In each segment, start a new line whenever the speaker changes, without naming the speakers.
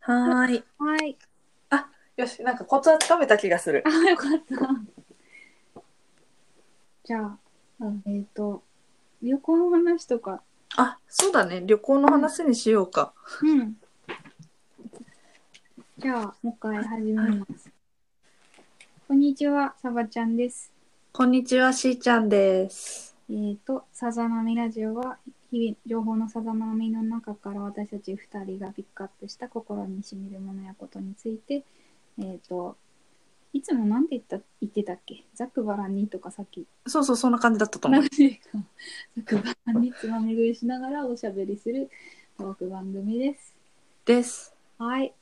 はーい。
はい。
よし、なんかコツはつかめた気がする
あ、。よかった。じゃあ、えっ、と、旅行の話とか。
あ、そうだね。旅行の話にしようか。
うん。じゃあ、もう一回始めます。こんにちは、サバちゃんです。
こんにちは、しーちゃんです。
えっ、と、さざなみラジオは、日々、情報のさざなみの中から私たち2人がピックアップした心にしみるものやことについて、えっ、と、いつもなんて言った言ってたっけザクバラにとかさっ き
そうそう、そんな感じだったと思う
楽。しいか作番につまみ食いしながらおしゃべりする トーク番組です。
です。
はい。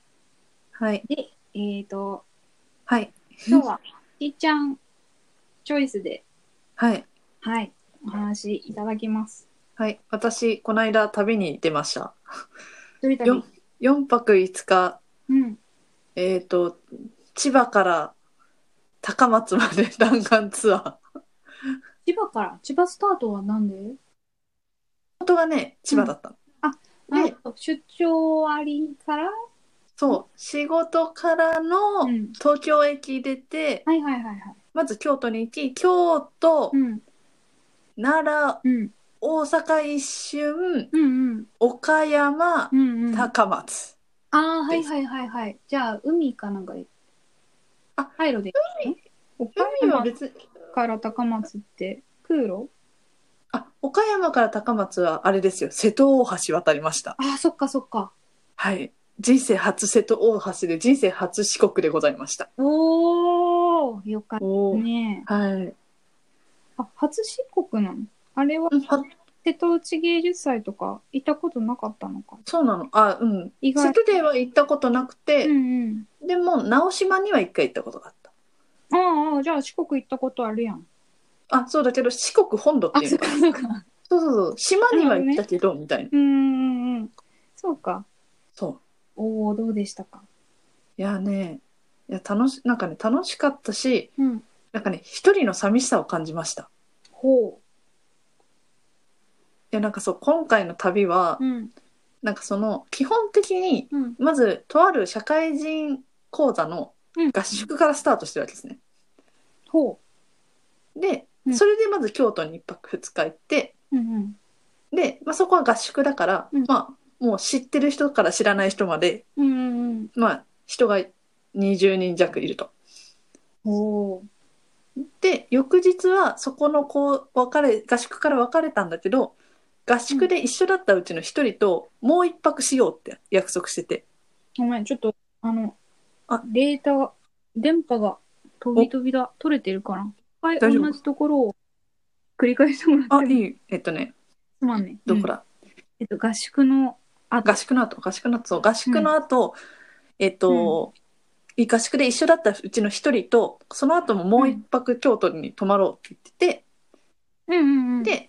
はい。
で、えっ、 と、
はい。
今日は、いっちゃんチョイスで、
はい。
はい、お話いただきます。
はい。私、この間旅に出ました。
どれだ
よ4泊5日、
うん。
えっ、と、千葉から高松まで 弾丸ツアー。
千葉から、千葉スタートはなんで
元がね、千葉だったの。
あ出張ありから
そう。仕事から
う
の
ん。
東京駅出て、
はいはいはいはい。
まず京都に行き、京都、
うん。
奈良、
うん。
大阪一瞬、
うんうん。
岡山
う、んうん。あ
高松。
あー、はいはいはいはい。じゃあ、海かなんかで。
あ、
カイロで
海は別に、
から高松って、空路
あ、岡山から高松はあれですよ、瀬戸大橋渡りました。
ああ、そっかそっか。
はい。人生初瀬戸大橋で人生初四国でございました。
おー、よかった
おー
ね。
はい。
あ、初四国なのあれは
うんは
瀬戸内芸術祭とか行ったことなかったのか。
そうなの。あ、うん。
意
瀬
外。
戸では行ったことなくて、
うんうん。
でも、直島には一回行ったことがあった。
ああああ、じゃあ四国行ったことあるやん。
あ、そうだけど、四国本土っ
あ、
てい
そ
うの
っ
か
か
な
そっか。
そうそうそう。島には行ったけど、みたいな。
うんうんうん。そうか。
そう。
おお、どうでしたか。
いやね、いや、楽し、なんかね、楽しかったし、
うん。
なんかね、一人の寂しさを感じました。
ほ
いや、なんかそう、今回の旅は
う。、うん。
なんかその、基本的に、
うん。
まず、とある社会人講座の
うん
合宿からスタートしてるわけですね。
ほ
で
う、ん
それでまず京都に1泊2日行って、
う。うんうん。
で、まあ、そこは合宿だから、
うん
まあ、もう知ってる人から知らない人まで、
うんうんうん。
まあ、人が20人弱いると。
ほう。
で、翌日はそこのこう、別れ、合宿から別れたんだけど、合宿で一緒だったうちの一人ともう一泊しようって約束してて。
ごめん、ちょっと、あの、
あ
データが、電波が飛び飛びだ、取れてるから。はい、
大丈夫
同じところを繰り返してもらって
あ、
も
いい。えっとね、
すまんね。
どこ
うん
だ、
えっと、合宿の、あ、
合宿の後、合宿の後、そう合宿の後、えっと、合宿で一緒だったうちの一人と、その後ももう一泊京都に泊まろうって言ってて、
うんうんうん。、
で、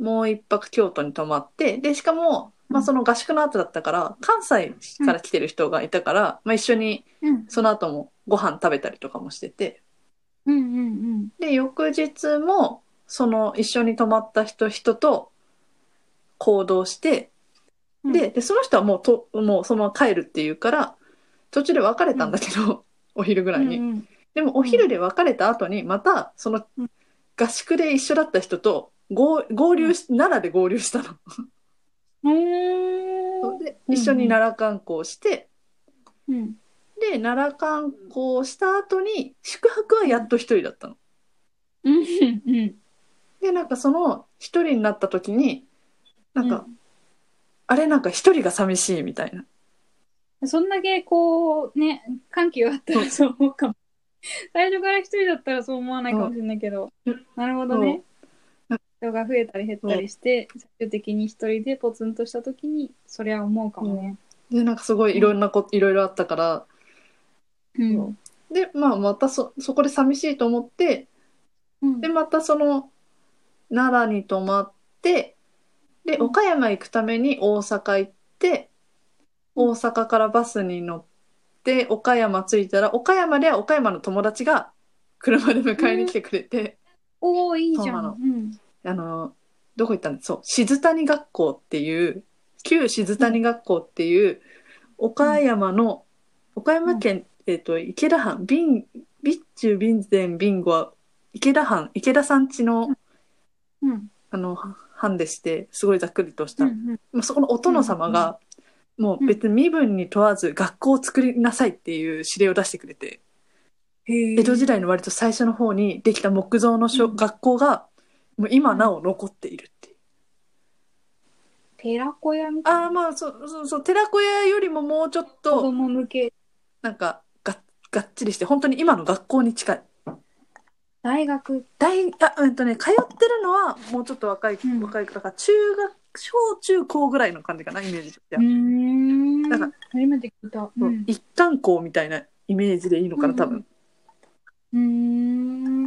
もう一泊京都に泊まって、で、しかも、
う
まあ
ん
その合宿の後だったから、関西から来てる人がいたから、まあ一緒に
うん、
その後もご飯食べたりとかもしてて、
うんうん
で、翌日も、その一緒に泊まった人、人と行動して、
うん。
で、、で、その人はもうと、もうそのまま帰るっていうから、途中で別れたんだけど、 お昼ぐ
う
らい
ん
に。
うん、
でも、お昼で別れた後に、また、その
うん、
合宿で一緒だった人と合、合流し、奈良で合流したの。
おー
で、一緒に奈良観光して、
うん。
で、奈良観光した後に、宿泊はやっと一人だったの。
うんうん
で、なんかその、一人になった時に、
う
なん
ん。
か、あれなんか一人が寂しいみたいな。
うん、そんだけ、こう、ね、歓喜があったらそう思う かも。最初から一人だったらそう思わないかもしれないけど
うん、
なるほどね。人が増えたり減ったりして、最終的に一人でポツンとしたときに、そりゃ思うかもね。
で、なんかすごいいろんなこと、いろいろあったから、
うん。
そうで、まあまたそ、そこで寂しいと思って、
うん
で、またその、奈良に泊まって、で、
うん
岡山行くために大阪行って、
うん
大阪からバスに乗って、岡山着いたら、岡山では岡山の友達が車で迎えに来てくれて、
おおいいじゃ。
そうなんの
うん。
あの、どこ行ったんだそう、静谷学校っていう、旧静谷学校っていう、岡山の、岡山県、えっ、と、池田藩、ビン、ビッチュ、ビンゼン、ビンゴは、池田藩、池田さん地の、
うん。
あの、藩でして、すごいざっくりとした。
うん
まあ、そこのお殿様が、もう別に身分に問わず学校を作りなさいっていう指令を出してくれて、江戸時代の割と最初の方にできた木造の小
うん
学校が、もう今なお残っているっていう。
寺子屋みたい
あ
な
あ、まあ、そう、そう、そう、寺子屋よりももうちょっ
子
と、
供向け
なんか、が、がっちりして、本当に今の学校に近い。
大学
大、あ、うんとね、通ってるのは、もうちょっと若い、
うん
若い、だから中学、小中高ぐらいの感じかな、イメージとしては
うーん
なんか
初めて聞いたう
そうん一貫校みたいなイメージでいいのかな、多
う
分。
んうーん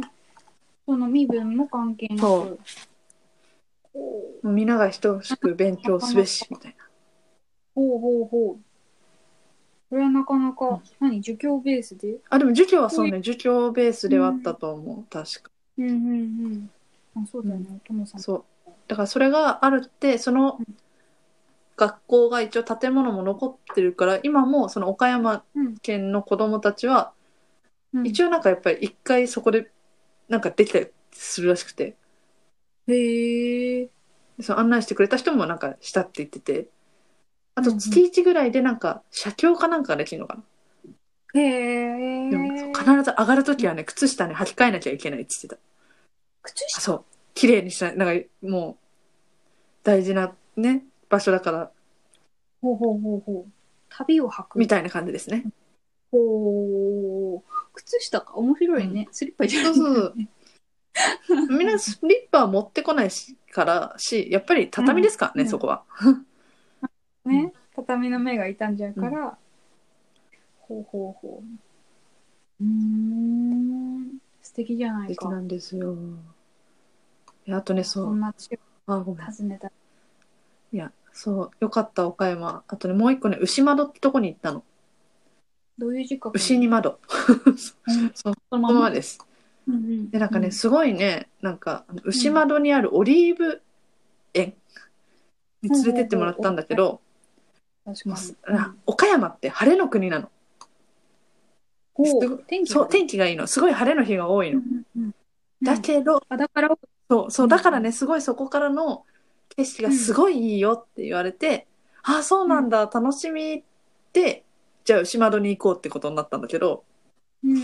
その身分も関係な
そ
くほう
皆が等しく勉強すべしみたい
ほうほうほうこれはなかなか、
うん
何儒教ベースで
な。あ、でも儒教はそうね、儒教ベースではあったと思う、確か。
うんうんうんあそうだよね、お殿さん
そう。だからそれがあるって、その
うん
学校が一応建物も残ってるから、今もその岡山県の子供たちは、
うん
一応なんかやっぱり一回そこでなんかできたりするらしくて、
へえ
でその案内してくれた人もなんかしたって言ってて、あと
うんうん
月1ぐらいでなんか写経かなんかができるのかな。
へえ
でも必ず上がるときはね、靴下ね、履き替えなきゃいけないって言ってた。
靴
あ
下
そう綺麗にしないなんかもう大事なね場所だから
ほうほうほうほう旅を履く
みたいな感じですね、
ほう靴下か面白いね、スリッパじゃない
そうそうみんなスリッパは持ってこないしからしやっぱり畳ですからね、
うん
そこは
ね、畳の目が傷んじゃうから、ほうほうほううーん素敵じゃないか
んですよいやあとね
そ
そうん
な地を
あごめん
訪ねた
いやそうよかった岡山あとねもう一個ね牛窓ってとこに行ったの
どういう時間
牛に窓
うん
そう
その
ここまでです
うんうん
でなんかね、
う
すごいねなんかあの牛窓にあるオリーブ園に連れてってもらったんだけど、
確か
な岡山って晴れの国なの。
に
す
ほ
ごいう
天気が
そう、天気がいいの。すごい晴れの日が多いの。
うんうんうん
だけど、
あだから
そう、そう、だからね、すごいそこからの景色がすごいいいよって言われて、ああ、そうなんだ、楽しみで、じゃあ牛窓に行こうってことになったんだけど、
うんうんう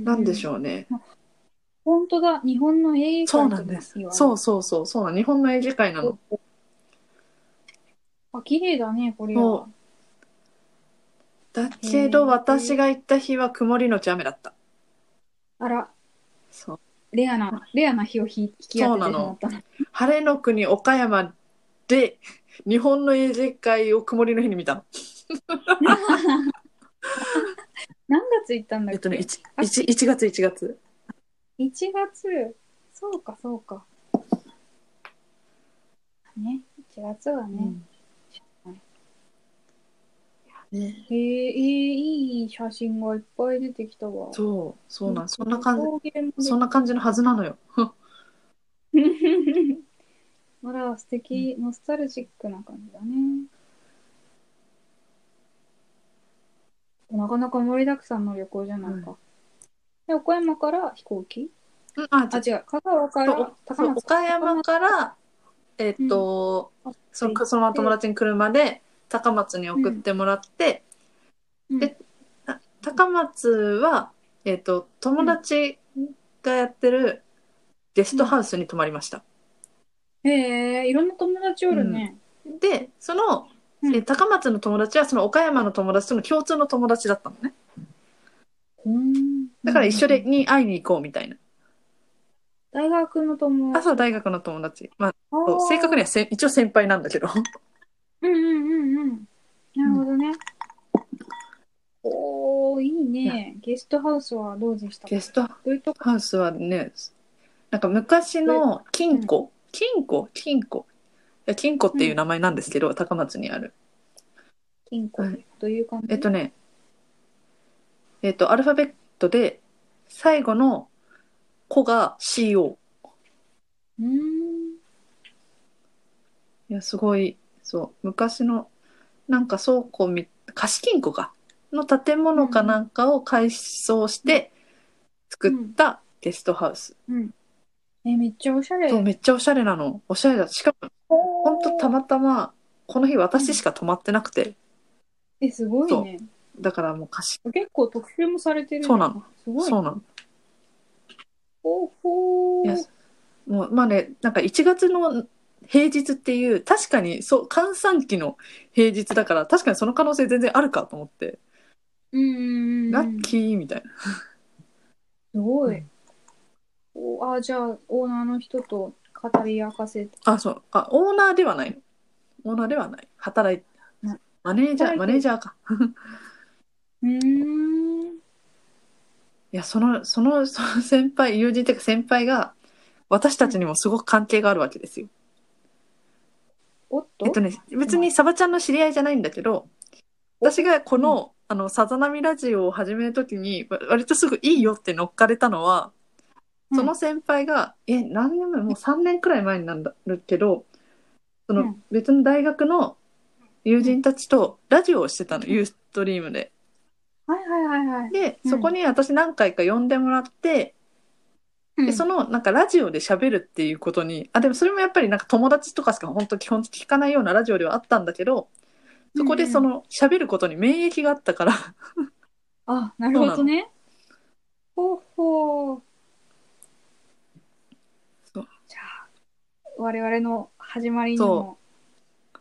ん
なんでし
う
ょうね。
本当だ日本の映
そう
画
な
館
ん
と
で
か
す
言われる。
そうそうそう、そうなの日本の映画界なの。
あ綺麗だねこれ
そ
は
だけ
へ
ど、
ー
私が行った日は曇りのち雨だった。
あら
そう。
レアなレアな日をひ引き当ててしまったな
晴れの国岡山で、日本の映画界を曇りの日に見たの。
何月行ったんだっ
え
け
っとね、1, 一一月1月。
1月そうかそうかね1月はね、
ね
へええーいい写真がいっぱい出てきたわ
そう、そうなん、そんな感
じ
じ、そんな感じのはずなのよ。
あら素敵ノスタルジックな感じだねなかなか盛りだくさんの旅行じゃないか、で岡山から飛行機
うんあ、
あ
ち
違う香川か
ょ
ら
っと
高
そう
松
岡山から、えっと、その、そのまま友達に車で高松に送ってもらって、
うん
で高松は、えっと、友達がやってるゲストハウスに泊まりました。
へえいろんな友達おるね、
で、その、
うん
え高松の友達はその岡山の友達との共通の友達だったのね。
うん
だから一緒でに会いに行こうみたいな。
大学の友
朝大学の友達。まあ
あー
そう正確にはせん一応先輩なんだけど
うんうんうんうんなるほどね、おおいいねゲストハウスはどうでしたか
ゲスト
どういうとこ
ハウスはねなんか昔の金庫金庫金庫いや金庫っていう名前なんですけど、高松にある
金庫
はい
どういう感じ
えっとねえっとアルファベットで最後の「子」が CO
うーん
いやすごいそう昔のなんか倉庫み貸金庫か、の建物かなんかを改装して作ったゲストハウス。
え、めっちゃおしゃれ。
そう、めっちゃおしゃれなの。おしゃれだ。しかも、ほんとたまたま、この日私しか泊まってなくて、
え、すごいね。
だからもう貸し、
結構特集もされてる。
そうなの。
すごい。
そうなの。
ほうほう
いやもう、まあね、なんか1月の平日っていう、確かに、そう、閑散期の平日だから、確かにその可能性全然あるかと思って、
うんうんうん。
ラッキーみたいな。
すご
う
い。おあ、じゃあ、オーナーの人と語り明かせて。
あ、そう。あ、オーナーではないの。オーナーではない。働い
な
マネージャ
働いて
ー、
る
マネージャーか。
うーん。
いや、その、その、その先輩、友人っていうか先輩が、私たちにもすごく関係があるわけですよ。
おっと
えっとね、別にサバちゃんの知り合いじゃないんだけど、私がこの、あの、さざ波ラジオを始めるときに、わ割とすぐいいよって乗っかれたのは、その先輩が、え、何年前もう3年くらい前になるけど、そうの
ん
別の大学の友人たちとラジオをしてたの、
うん
ユーストリームで。
はいはいはいはい。
で、
うん
そこに私何回か呼んでもらって、で、そのなんかラジオで喋るっていうことに、あ、でもそれもやっぱりなんか友達とかしか本当基本聞かないようなラジオではあったんだけど、そこでその喋ることに免疫があったから、
あ、なるほどね。ほうほう。
そう
じゃあ、我々の始まりにも
そ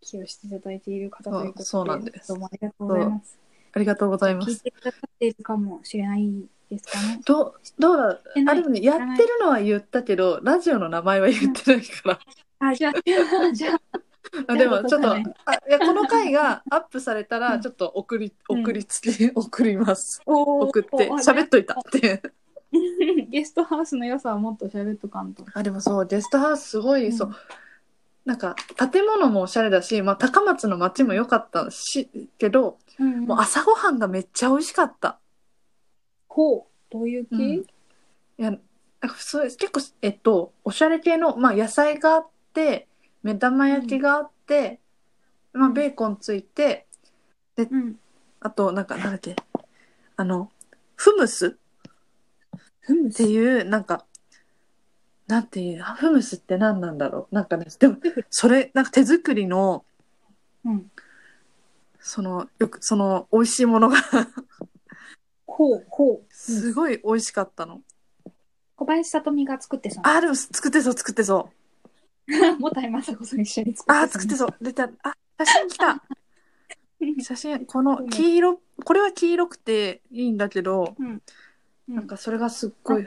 寄与していただいている方ということで、
そうそうなんです
どうもありがとうございます。
ありがとうございま
聞い
す。
てくださっているかもしれないですか ね。
どう、どうだ
えな
あ、
い
でもね、やってるのは言ったけど、ラジオの名前は言ってないから。
あ、じゃあ、じゃあ、
あでもちょっと、
な
あい
る
やこの回がアップされた
う
ら、
ん
ちょっと送り、
うん
送りつけ、送ります。
おー
送って、喋っといたって。
ゲストハウスの良さはもっと喋っとかんと。
あ、でもそう、ゲストハウスすごい、そうう、なんか、建物もおしゃれだし、まあ、高松の街も良かったし、けど、
ん。うん
もう朝ごはんがめっちゃ美味しかった。
こう、どういう系、
うんいや、なんか普通、結構、えっと、おしゃれ系の、まあ、野菜があって、目玉焼きがあって、まあ、ベーコンついて、
うん。
あと、なんか、なんだっけ、あの、フムスっ
ふむ
て
う。
いう、なんか、なんていう、フムスって何なんだろう。なんかね、でも、それ、なんか手作りの、
うん。
その、よく、その、美味しいものが、
こう、こう。
すごい美味しかったの。
小林さとみが作ってそう。
あー、でも、作ってそう、作ってそう。
もたいまさこさん一緒に作
あー、作ってそう。出た。あ、写真 来た。写真、この、黄色、これは黄色くていいんだけど、
うん
なんか、それがすっごい。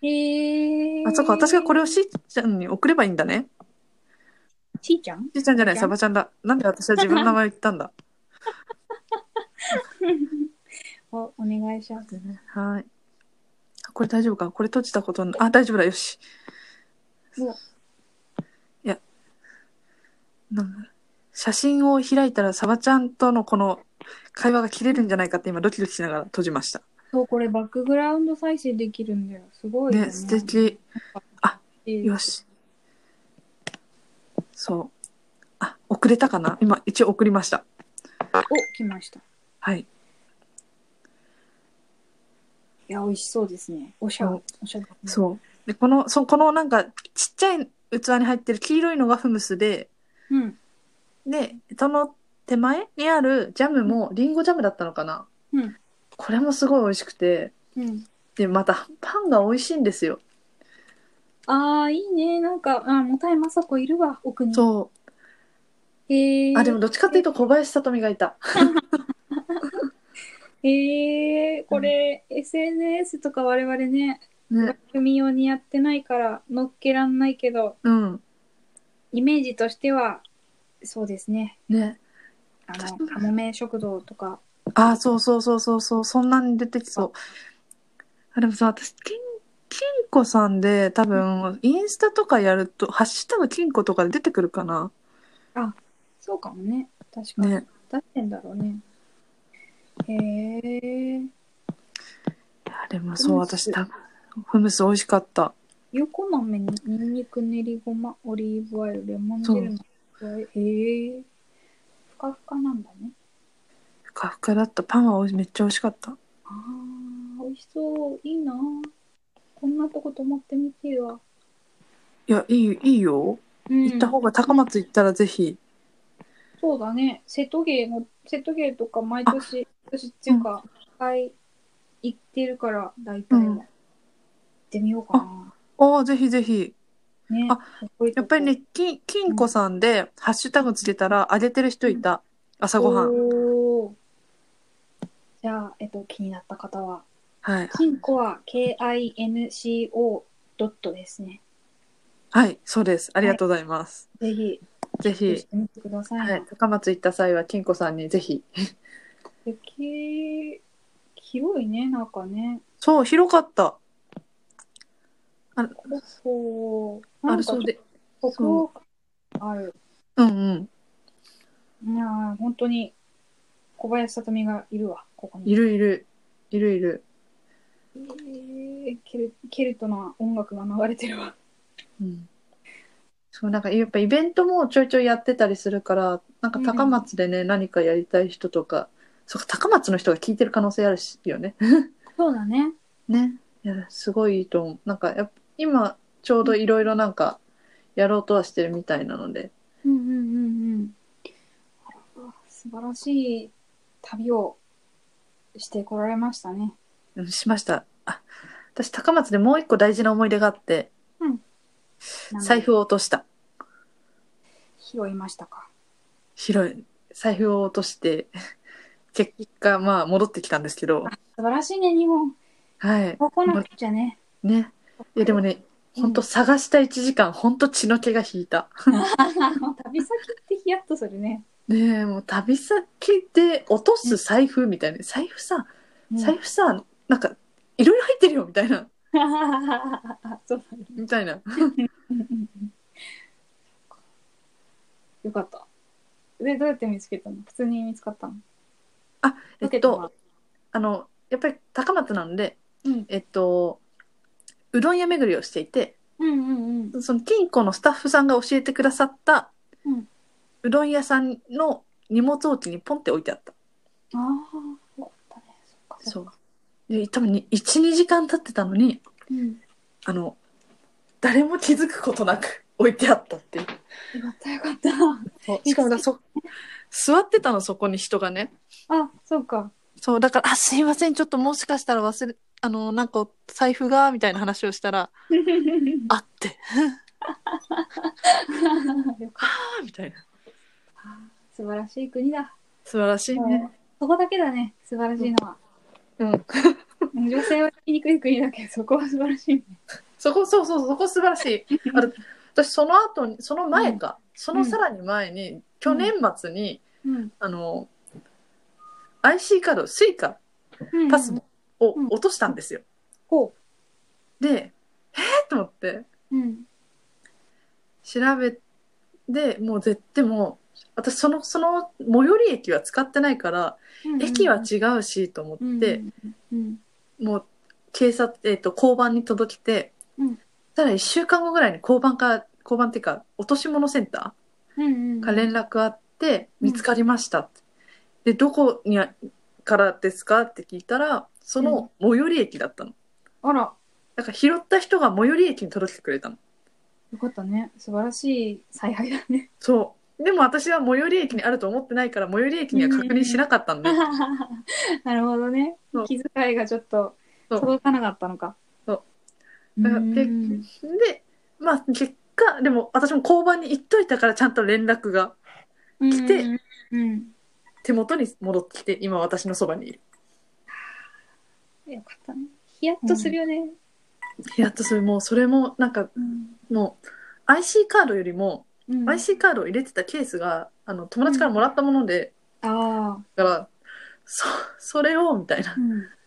へえ。
あ、そっか、私がこれをしーちゃんに送ればいいんだね。
ちーちゃん
しーちゃんじゃない、サバちゃんだ。なんで私は自分の名前を言ったんだ。
お、お願いします。
はい。これ大丈夫かこれ閉じたことなあ、大丈夫だ、よし。
う
い
わ
や、なんか、写真を開いたら、サバちゃんとのこの会話が切れるんじゃないかって今、ドキドキしながら閉じました。
そう、これバックグラウンド再生できるんだよ。すごいよね。
ね、素敵。
いい
よし。そう。あ、遅れたかな今、一応送りました。
お、来ました。い
はい。
や、美味しそうですね。おしゃ、
そう
おしゃれ。
そう。で、この、そうこのなんか、ちっちゃい器に入ってる黄色いのがフムスで、
う。うん。
で、その手前にあるジャムも、リンゴジャムだったのかな
うん
これもすごい美味しくて、
うん。
で、またパンが美味しいんですよ。
ああ、いいね。なんか、あ、もたいまさこいるわ、奥に。
そ
へえ。
う。あ、でもどっちかっていうと小林さとみがいた。
へえ、これ、SNS とか我々ね、
ね
番。組用にやってないから、乗っけらんないけど、
うん。
イメージとしては、そうですね。
ね。
あ
確
の、
かに
かもめ食堂とか。
あ、そうそうそうそうそう。そんなに出てきそう。あ、でもさ、私、金、金庫さんで多分、インスタとかやると、ハッシュタグ金庫とかで出てくるかな。
そうかもね。確かに。
ね。
出してんだろうね。へえ。
いや、でもそう、
フムス
私、多分フムス美味しかった。
横豆にニンニク練りごまオリーブオイルレモン汁のへえふかふかなんだね
ふかふかだった。パンはおいめっちゃ美味しかった。
あー美味しそういいなこんなとこ泊まってみてえわ、
いや、いい、いいよ。
うん、
行った方が、高松行ったらぜひ。
そうだね瀬戸芸の瀬戸芸とか毎年私っていうか一回行ってるから大体は、
うん
行ってみようかな
ああ、ぜひぜひ。
ね
あ
こういうとこ
やっぱりね、き、金子さんで、ハッシュタグつけたら、あげてる人いた。朝ごはん。
おーじゃあ、えっと、気になった方は、
はい。
金庫は KINCO ドットですね。
はい、そうです。ありがとうございます。
ぜひ、
ぜ
チェック
ひ
し、てみてください。
はい、高松行った際は、金子さんにぜひ。
でき広いね、なんかね。
そう、広かった。
そう。な
あ
ん
る
か
そうで。
ここある。
うんうん。
いやー本当に、小林さとみがいるわ、ここに。
いるいる。いるいる。
えーケルケルトな音楽が流れてるわ。
うん。そう、なんか、やっぱイベントもちょいちょいやってたりするから、なんか高松でね、何かやりたい人とか、そうか、高松の人が聞いてる可能性あるし、よね。
そうだね。
ね。いや、すごいいいと思う。なんか、やっぱ今、ちょうどいろいろなんか、やろうとはしてるみたいなので。
うんうんうんうん。あら素晴らしい旅をしてこられましたね。
うんしました。あ、私、高松でもう一個大事な思い出があって、財布を落とした。
拾いましたか。
広い。財布を落として、結果、まあ、戻ってきたんですけど、
素晴らしいね、日本。
はい。
ここなくちゃね。
ね。いや、でも
ね。
ね、ほんと探した1時間、ほんと血の気が引いた。
旅先ってヒヤッとするね。
ねえ、もう旅先で落とす財布みたいな。財布さ、 財布さ、なんか、いろいろ入ってるよ、みたいな。
そうだね
みたいな。
うんうんうんよかった。で、どうやって見つけたの普通に見つかったの
あ、え
ロケ
っ
ットは
と、あの、やっぱり高松なんで、
うん
えっと、うどん屋巡りをしていて、
うんうんうん。
その金庫のスタッフさんが教えてくださった、
うん
うどん屋さんの荷物置きにポンって置いてあった。
ああ、よかったね。そっか。
そう。で、多分に1、2時間経ってたのに、
うん。
あの、誰も気づくことなく置いてあったっていう。
よかったよかった。
しかもだそ、座ってたの、そこに人がね。
あ、そうか。
そう、だから、あ、すいません、ちょっともしかしたら忘れ、あの、なんか、財布が、みたいな話をしたら、あって、
よかっ
あーみたいな。
た素晴らしい国だ。
素晴らしいね。
そこだけだね、素晴らしいのは。
うん。
女性は生きにくい国だ けど、そこは素晴らしいね。
そこ、そうそう、そこ素晴らし い。あれ私、その後に、その前か、そのさらに前に、去年末に、
うん
あの、IC カード、スイカ、
うん
パスモを
うん
落としたんですよ。
こ
で、えー、と思って、
う。うん。
調べて、もう絶対もう、私、その、その、最寄り駅は使ってないから、駅は違うし、と思
うん
って、、
うん
もう、警察、えっ、と、交番に届けて、
うん
ただ一週間後ぐらいに交番から、交番っていうか、落とし物センター
うんうん、
から連絡あって、
うん
見つかりましたって。で、どこにあ、からですかって聞いたら、その最寄り駅だったの。
あら、
だから拾った人が最寄り駅に届けてくれたの。
よかったね。素晴らしい采配だ ね。
そう。でも私は最寄り駅にあると思ってないから、最寄り駅には確認しなかったんで、
なるほどね
そう。
気遣いがちょっと
そう
届かなかったのか。
そう
う
だから
ん。
でで、まあ結果、でも私も交番に行っといたからちゃんと連絡が来て
うんうん
手元に戻ってきて、今私のそばにいる。
うん。よかったね。ヒヤッとするよね。
やっとそれもう、それもなんか
うん。
もう、IC カードよりも、
うん、
IC カードを入れてたケースが、あの、友達からもらったもので、
ああ。
だから、そ、それを、みたいな。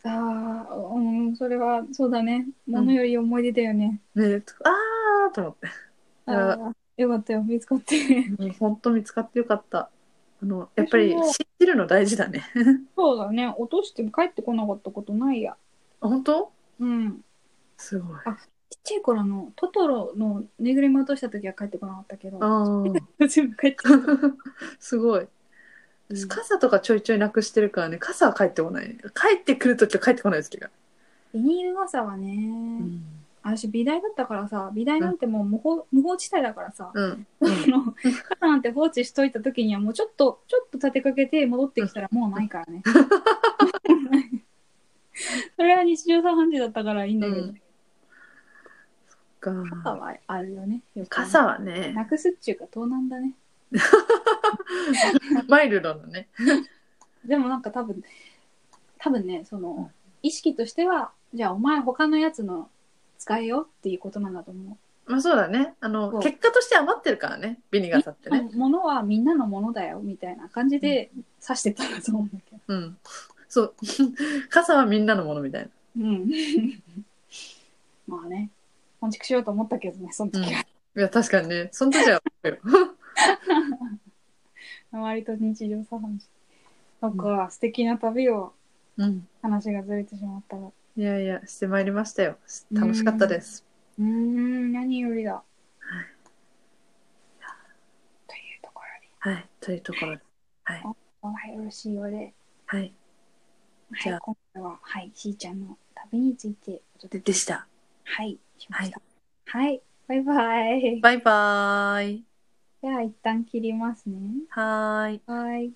ああ、うん、それはそうだね。ものより思い出だよね。
ね、あーと思って。うん
ああよかったよ、見つかって。
うん、本当見つかってよかった。あの、やっぱり
私も
信じるの大事だね。
そうだね、落としても帰ってこなかったことないや。
あ本当
うん。
すごい。
ちっちゃい頃のトトロのぬいぐる み落とした時は帰ってこなかったけど、
ああ。
全部帰ってきた。
すごい。
うん
傘とかちょいちょいなくしてるからね、傘は帰ってこない。帰ってくるときは帰ってこないですけど。
ビニール傘はね、私美大だったからさ美大なんてもう無法,、無法地帯だからさ、
うん。
あの肩なんて放置しといた時にはもうちょっとちょっと立てかけて戻ってきたらもうない からね。それは日常茶飯事だったからいいんだけど、
うんか
傘はあるよね。よくね
傘はね、
なくすっちゅうか盗難だね。
マイルドなね。
でもなんか多分多分ねその意識としてはじゃあお前他のやつの使えよっていうことなんだと思う。
まあそうだね。あの
そ、う
結果として余ってるからね、ビニ傘ってね。
ものはみんなのものだよみたいな感じで指してたらと思うんだけど。
うん。そう。 傘はみんなのものみたいな。
うん。 まあね。本築しようと思ったけどね、その時は。
いや、確かにね、その時は思うよ。
割と日常茶飯事。なんか、素敵な旅を、
うん。
話がずれてしまったが。
いやいや、してまいりましたよ。楽しかったです。
うーん、何よりだ。というところで、
はい。というところで。はい。
おはよろしいようで、
はい。じ
はい
ゃあ、
今回は、はい、しーちゃんの旅についてお届
で
け、
でした。
はい、しました。はい、バイバイ。
バイバーイ。
じゃあ、一旦切りますね。
はーい。
はい。